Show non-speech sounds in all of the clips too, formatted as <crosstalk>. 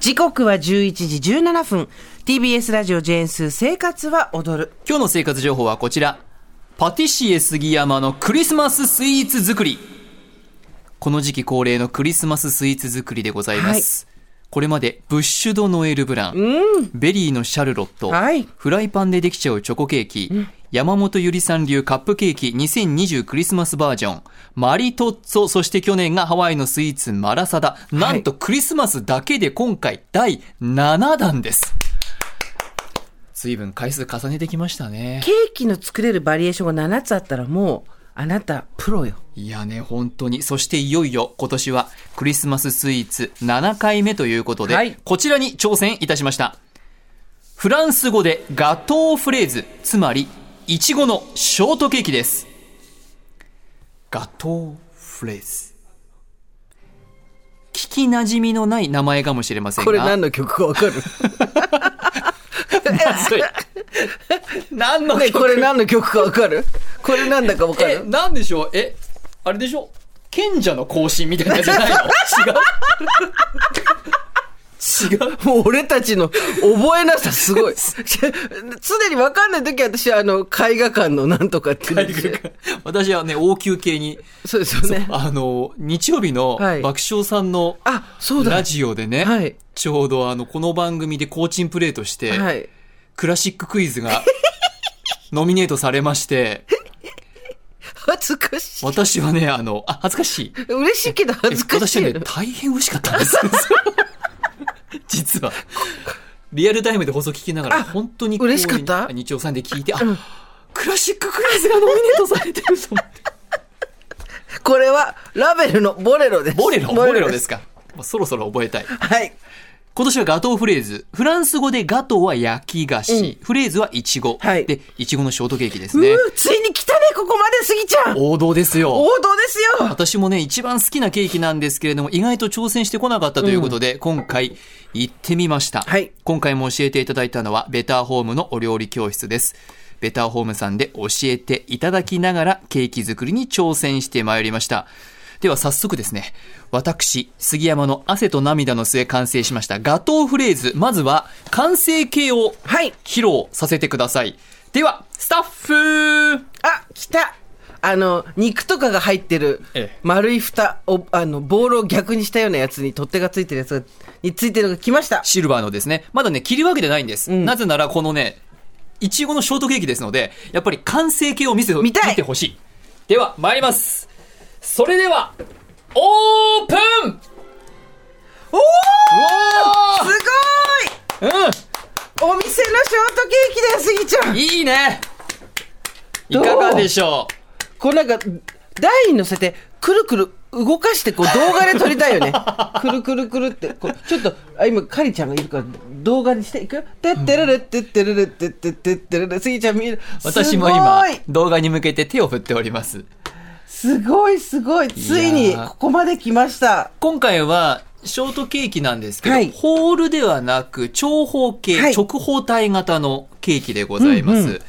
時刻は11時17分 TBS ラジオ JS 生活は踊る今日の生活情報はこちらパティシエ杉山のクリスマススイーツ作りこの時期恒例のクリスマススイーツ作りでございます、これまでブッシュド・ノエル・ブラン、ベリーのシャルロット、はいフライパンでできちゃうチョコケーキ、山本ゆりさん流カップケーキ2020クリスマスバージョン、マリトッツォ、そして去年がハワイのスイーツマラサダ。なんとクリスマスだけで今回第7弾です。随分回数重ねてきましたね。ケーキの作れるバリエーションが7つあったらもうあなたプロよいやね、本当に。そしていよいよ今年はクリスマススイーツ7回目ということで、はいこちらに挑戦いたしました。フランス語でガトーフレーズ、つまり、いちごのショートケーキです。ガトーフレーズ。聞き馴染みのない名前かもしれませんが。の曲かわ <laughs> かるまずい <laughs> 何の曲何の曲かわかるこれなんだかわかえ、なんでしょうえ、あれでしょ賢者の行進みたいなやつじゃないの違う違うもう俺たちの覚えなさすごい。常にわかんない時は私はあの、絵画館のなんとかっていう。私はね、応急系に、そうですよね。あの、日曜日のはい爆笑さんのあ、そうだラ。ジオでね、はいちょうどあの、この番組でコーチンプレイとして、はい。クラシッククイズが <laughs> ノミネートされまして、恥ずかしい。私はね、あの、あ、恥ずかしい。嬉しいけど恥ずかしいえよね私はね、。大変美味しかったんです。 <laughs> 実は。リアルタイムで放送聞きながら、あ本当にこう嬉しかった日曜さんで聞いて、あ、クラシッククイズがノミネートされてると思って。これは、ラベルのボレロです。。ボレロ、ボレロですすか。もうそろそろ覚えたい。はい。今年はガトーフレーズ。フランス語でガトーは焼き菓子、フレーズはイチゴ。はいで、イチゴのショートケーキですうね。ーついに来たね、ここまでスギちゃん。王道ですよ。王道ですよ。私もね、一番好きなケーキなんですけれども、意外と挑戦してこなかったということで、今回行ってみました。はい今回も教えていただいたのは、ベターホームのお料理教室です。ベターホームさんで教えていただきながら、ケーキ作りに挑戦してまいりました。では早速ですね、私、杉山の汗と涙の末完成しましたガトーフレーズ。まずは、完成形をはい披露させてください。では、スタッフあ、来た。あの、肉とかが入ってるええ、丸い蓋を、あの、ボールを逆にしたようなやつに取っ手がついてるやつがについてるのが来ました。シルバーのですね、まだね、切り分けてないんです。なぜなら、このね、いちごのショートケーキですので、やっぱり完成形を見せて、見たい見てほしい。では、参ります。それでは、オープンおーすごいおーお店のショートケーキだよ、スギちゃうんんいいねいどうかがでしょこうなんか、台に乗せて、くるくる動かして、こう動画で撮りたいよね。くるくるくるって、こう、ちょっと、あ、今、カリちゃんがいるから、動画にしていくよ。てってるるってってるるってってってってるる、スギちゃん見る。う私も今、動画に向けて手を振っております。すごい、すごい、すごい。ついに、ここまで来ました。今回は、ショートケーキなんですけど、はいホールではなく、長方形、はい直方体型のケーキでございます。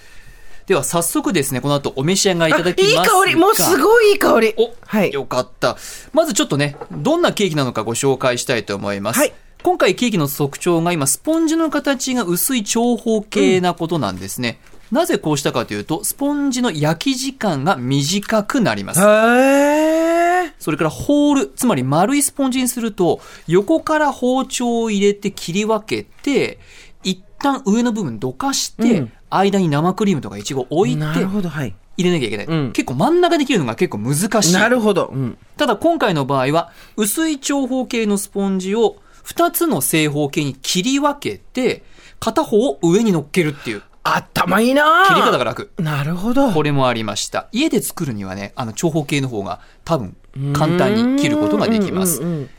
では、早速ですね、この後お召し上がりいあただきますいいが。香りもうすごいいい香りお、はい。よかった。まずちょっとね、どんなケーキなのかご紹介したいと思います。はい今回ケーキの特徴が今、スポンジの形が薄い長方形なことなんですね。なぜこうしたかというと、スポンジの焼き時間が短くなります。へー。それからホール、つまり丸いスポンジにすると、横から包丁を入れて切り分けて、一旦上の部分どかして、うん間に生クリームとかイチゴを置いてなる入ほど、はい。れなきゃいけない。うん結構真ん中で切るのが結構難しい。なるほど。うん。ただ今回の場合は、薄い長方形のスポンジを2つの正方形に切り分けて、片方を上に乗っけるっていう、頭いいなー切り方が楽。なるほど。これもありました。家で作るにはね、あの長方形の方が多分簡単に切ることができまう。すんうんうん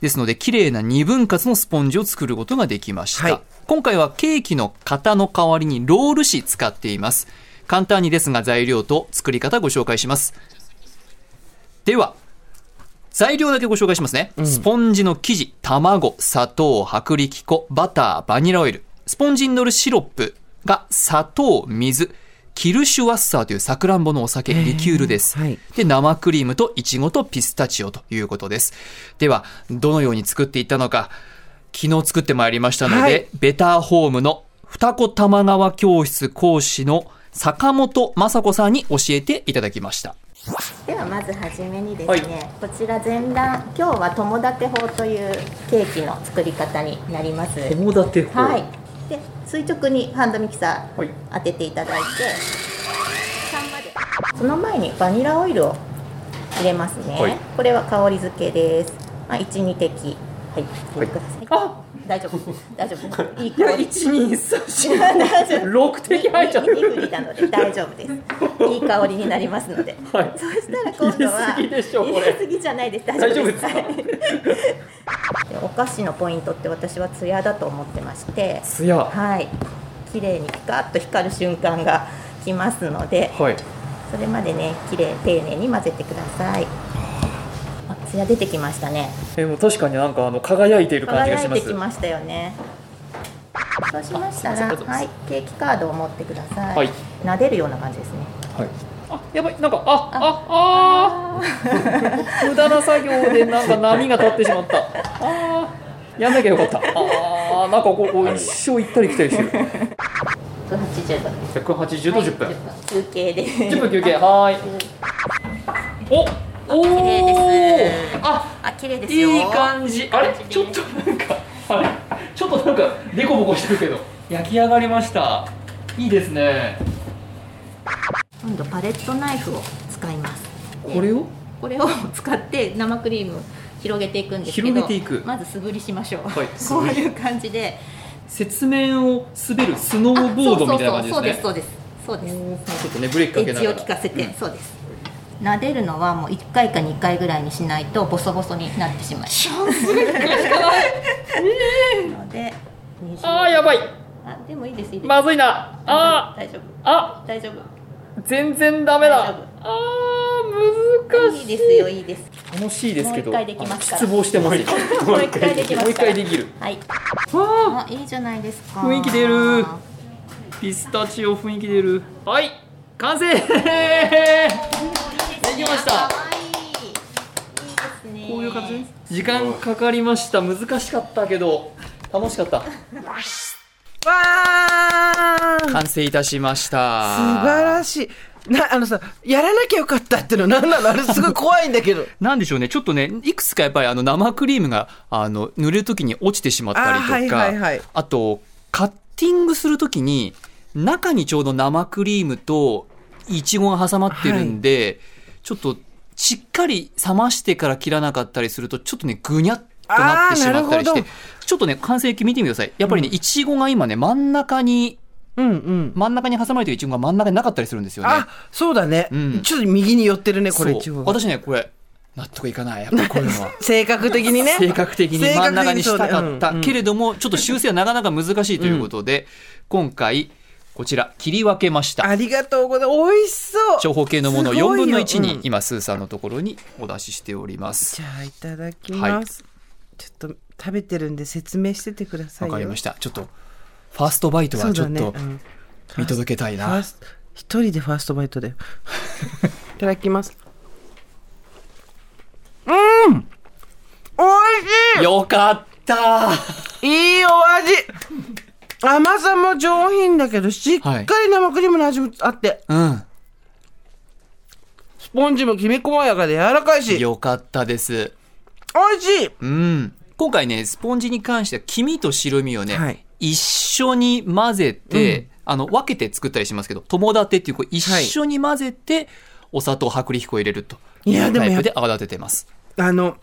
ですので、綺麗な二分割のスポンジを作ることができました。はい今回はケーキの型の代わりにロール紙使っています。簡単にですが材料と作り方ご紹介します。では、材料だけご紹介しますね。スポンジの生地、卵、砂糖、薄力粉、バター、バニラオイル。スポンジに乗るシロップが砂糖、水、キルシュワッサーというさくらんぼのお酒、リキュールです。はいで、生クリームとイチゴとピスタチオということです。では、どのように作っていったのか、昨日作ってまいりましたので、はいベターホームの二子玉川教室講師の坂本雅子さんに教えていただきましたではまずはじめにですはね、いこちら前段今日は友達法というケーキの作り方になります友達法はいで垂直にハンドミキサはいー当てていただいて、3までその前にバニラオイルを入れますね、はいこれは香り付けです、まあ、12滴はい入れてください、あ大丈夫大丈 <laughs> 夫いい香り <laughs> 六滴入っちゃって振りなので大丈夫です。いい香りになりますので。はい。そうしたら今度は入れすぎでしょこれ。入れすぎじゃないです。大丈夫です。はいお菓子のポイントって私はツヤだと思ってまして、つやはい。綺麗にピカッと光る瞬間が来ますので、はいそれまでね綺麗丁寧に混ぜてください。あツヤ出てきましたね。えーもう確かになんかあの輝いている感じが輝しいまてすきましたよね。そうしましたあすいまら、せんあはい、ケーキカードを持ってください。はい撫でるような感じですね。あやばいなんかああああ無駄な作業でなんか波が立ってしまったあーやんなきゃよかったあーなんかこうこう一生行ったり来たりしてる180度。 180度10分、はい休憩です。 10分休憩はーいおお綺麗ですーああ、綺麗ですよ。いい感じあれちょっとなんかあれちょっとなんかデコボコしてるけど焼き上がりましたいいですね今度パレットナイフを使います。これをこれを使って生クリームを広げていくんですけど、広げていくまず素振りしましょう。はいこういう感じで。雪面を滑るスノーボードみたいな感じですねあそうそうそうそうです。そうです。そうです。ちょっとねブレーキかエけッなジがを効からせて、そうです撫でるのはもう1回か2回ぐらいにしないとボソボソになってしまいます <laughs> なので20あーやばいあでもいいですいいです、まずいなあ大丈夫ーあ大丈夫全然ダメ大だ丈夫あー難しいいいですよいいです楽しいですけどもう一回できますから失望してますももう一回できますからもう一回できるはいわあいいじゃないですか雰囲気出るあピスタチオ雰囲気出るはい完成できましたかわいいいいですねこういう感じ時間かかりました難しかったけど楽しかったわー完成いたしました素晴らしい。な、あのさ、やらなきゃよかったってのなんなのあれすごい怖いんだけど。なんでしょうね、ちょっとね、いくつかやっぱりあの生クリームがあの濡れるときに落ちてしまったりとか、あ,、あはいはいはいと、カッティングするときに、中にちょうど生クリームといちごが挟まってるんで、ちょっとしっかり冷ましてから切らなかったりすると、ちょっとね、ぐにゃっとなってしまったりあーなしるてほ、ちょっとね、完成形見てみてください。やっぱりね、いちごが今ね、真ん中に、 <laughs> うんうん。真ん中に挟まれてるいちごが真ん中になかったりするんですよね。あ、そうだね、うんちょっと右に寄ってるね、これ、そう一応。 <laughs> 私ね、これ、納得いかない。やっぱこういうのは。性格的にね。性格的に真ん中にしたかったけれれども、ちょっと修正はなかなか難しいということで、今回、こちら、切り分けました。ありがとうございます。美味しそう。長方形のものをす4ごいよ分の1うにん、今、スーさんのところにお出ししておりますじ。ゃあ、いただきます、ちょっと食べてるんで説明しててくださいわよ。。かりましたた。ちょっと、ファーストバイトそはうちょだっね。とうん見届けたいファなー。スト一人でファーストバイトだよ <laughs> いただきますうんおいしよかったいいいお味甘さも上品だけどしっかり生クリームの味もあって、うん。スポンジもきめ細やかで柔らかいしよかったです。おいしいうん。今回ね、スポンジに関しては、黄身と白身をね、はい一緒に混ぜて、あの、分けて作ったりしますけど、友達っていう、こう一緒に混ぜて、お砂糖、薄力粉を入れると。いやでもタイやプっで泡立ててます。あの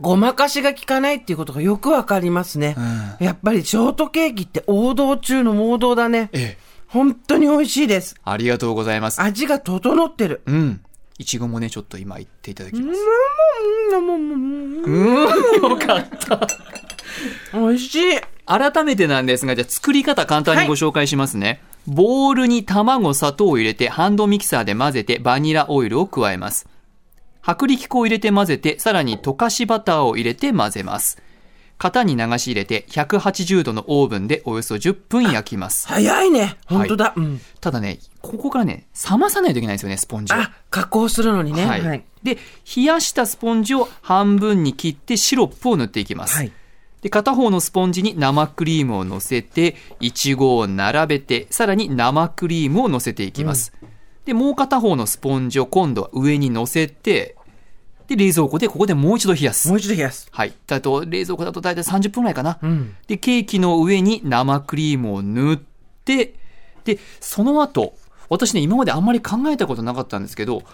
ごまかしが効かないっていうことがよくわかりますね、やっぱりショートケーキって王道中の王道だねええ。本当に美味しいですありがとうございます。味が整ってるうん。いちごもね、ちょっと今言っていただきます。うんもうもうもうよかった。美味しい。改めてなんですが、じゃあ作り方簡単にご紹介しますね。ボウルに卵、砂糖を入れて、ハンドミキサーで混ぜて、バニラオイルを加えます。薄力粉を入れて混ぜて、さらに溶かしバターを入れて混ぜます。型に流し入れて、180度のオーブンでおよそ10分焼きます。早いね。本当だ。うん。ただね、ここからね、冷まさないといけないんですよね、スポンジを。あ、加工するのにね。はい。で、冷やしたスポンジを半分に切ってシロップを塗っていきます。はいで片方のスポンジに生クリームを乗せていちごを並べてさらに生クリームを乗せていきます、でもう片方のスポンジを今度は上に乗せてで冷蔵庫でここでもう一度冷やすもう一度冷やす。はいだと冷蔵庫だと大体30分ぐらいかな、うん。でケーキの上に生クリームを塗ってでその後私ね今まであんまり考えたことなかったんですけど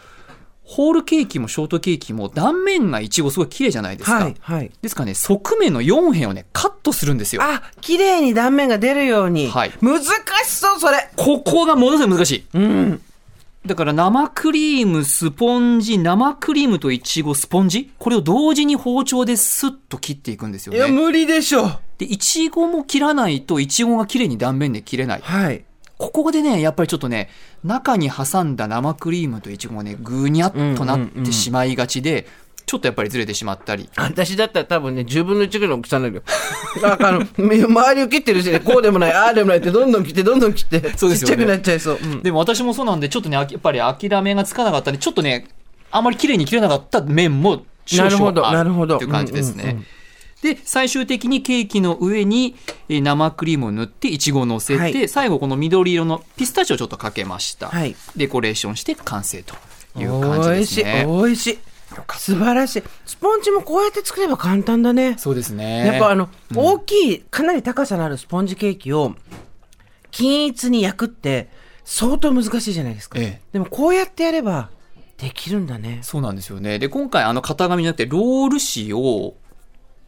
ホールケーキもショートケーキも断面がいちごすごい綺麗じゃないですか、はい、はい。ですからね、側面の4辺をね、カットするんですよ。あ、綺麗に断面が出るように。はい難しそう、それ。ここがものすごい難しい。うん。だから生クリーム、スポンジ、生クリームとイチゴ、スポンジこれを同時に包丁でスッと切っていくんですいや、よね。無理でしょう。で、イチゴも切らないと、イチゴが綺麗に断面で切れない。はい。ここでね、やっぱりちょっとね、中に挟んだ生クリームとイチゴがね、ぐにゃっとなってしまいがちで、ちょっとやっぱりずれてしまったり。私だったら多分ね、10分の1ぐらいの大きさになるよ。なんかあの、周りを切ってるし、こうでもない、ああでもないって、どんどん切って、どんどん切って、そうですちっよねちゃくなっちゃいそう。うんでも私もそうなんで、ちょっとね、あきやっぱり諦めがつかなかったんで、ちょっとね、あまり綺麗に切れなかった面も少々なあるほどなるほどっていう感じですね。うんうんうんで、最終的にケーキの上にえー生クリームを塗って、いちごを乗せて、はい最後この緑色のピスタチオをちょっとかけました。はいデコレーションして完成という感じ美で味しすい、ね。美味しい。素晴らしい。スポンジもこうやって作れば簡単だね。そうですね。やっぱあの、大きい、かなり高さのあるスポンジケーキを、均一に焼くって、相当難しいじゃないですか。ええでもこうやってやれば、できるんだね。そうなんですよね。で、今回、あの、型紙じゃなくて、ロール紙を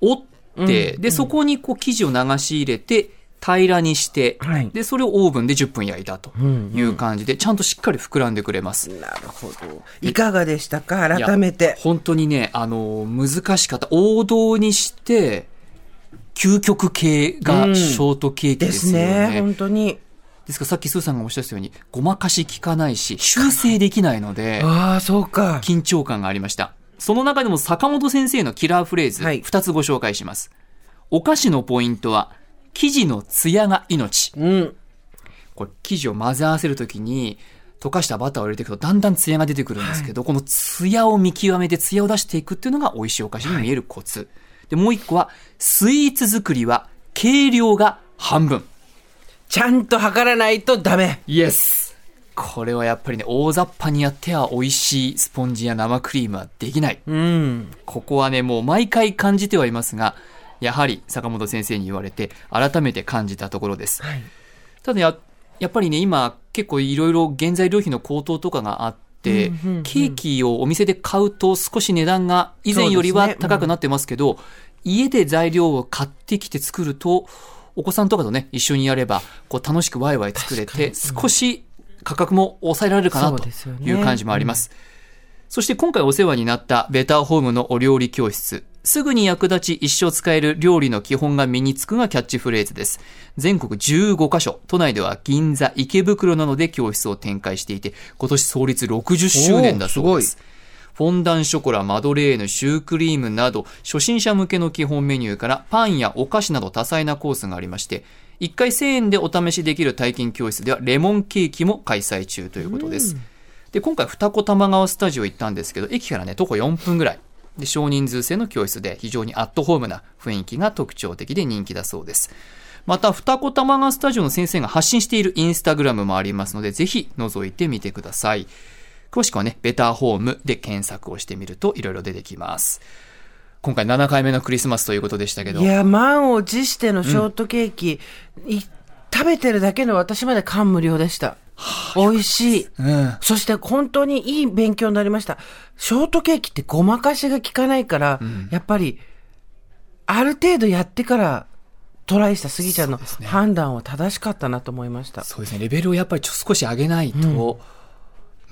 折って、で、そこにこう、生地を流し入れて、平らにして、はいで、それをオーブンで10分焼いたという感じで、ちゃんとしっかり膨らんでくれます。なるほど。いかがでしたか改めて。本当にね、あの、難しかった。王道にして、究極系うがんショートケーキでですすよね。ね。本当に。ですからさっきスーさんがおっしゃったように、ごまかし効かないし、修正できないので、ああ、そうか。緊張感がありました。その中でも坂本先生のキラーフレーズ、はい2つご紹介します。お菓子のポイントは、生地のツヤが命。うん。これ、生地を混ぜ合わせるときに、溶かしたバターを入れていくと、だんだんツヤが出てくるんですけど、このツヤを見極めてツヤを出していくっていうのが美味しいお菓子に見えるコツ。で、もう一個は、スイーツ作りは、計量が半分。ちゃんと測らないとダメ。イエスこれはやっぱりね、大雑把にやっては美味しいスポンジや生クリームはできない。うん。ここはね、もう毎回感じてはいますが、やはり坂本先生に言われて、改めて感じたところです。はい。ただや、やっぱりね、今、結構いろいろ原材料費の高騰とかがあって、うんうんうんケーキをお店で買うと少し値段が以前よりそうはですね高くなってますけど、家で材料を買ってきて作ると、お子さんとかとね、一緒にやれば、こう楽しくワイワイ作れて、少し価格も抑えられるかなそうとですよねいう感じもあります。そして今回お世話になったベターホームのお料理教室。すぐに役立ち一生使える料理の基本が身につくがキャッチフレーズです。全国15カ所、都内では銀座、池袋などで教室を展開していて、今年創立60周年だそうです。フォンダンショコラ、マドレーヌ、シュークリームなど、初心者向けの基本メニューからパンやお菓子など多彩なコースがありまして、1回1000円でお試しできる体験教室ではレモンケーキも開催中ということです。で、今回二子玉川スタジオ行ったんですけど、駅からね、徒歩4分ぐらい。で、少人数制の教室で非常にアットホームな雰囲気が特徴的で人気だそうです。また、二子玉川スタジオの先生が発信しているインスタグラムもありますので、ぜひ覗いてみてください。詳しくはね、ベターホームで検索をしてみるといろいろ出てきます。今回7回目のクリスマスということでしたけどい、や、満を持してのショートケーキ、い食べてるだけの私まで感無量で <sighs> した。美味しい。うん、そして本当にいい勉強になりました。ショートケーキってごまかしが効かないから、やっぱり、ある程度やってからトライした杉ちゃんのそうですね判断は正しかったなと思いました。そうですね、レベルをやっぱりちょ少し上げないと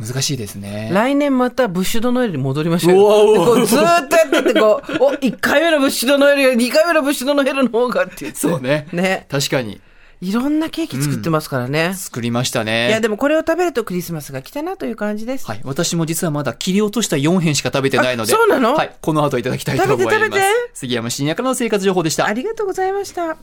難しいですね。来年またブッシュドノエルに戻りましょううわうよ。わでこうずーっとやってて、こう、お、1回目のブッシュドノエルより2回目のブッシュドノエルの方がって言ってそうね。ね。確かに。いろんなケーキ作ってますからね。作りましたね。いや、でもこれを食べるとクリスマスが来たなという感じです。はい。私も実はまだ切り落とした4辺しか食べてないので。あそうなのはい。この後いただきたいと思います。食べて食べて杉山深夜からの生活情報でしたあ。りがとうございました。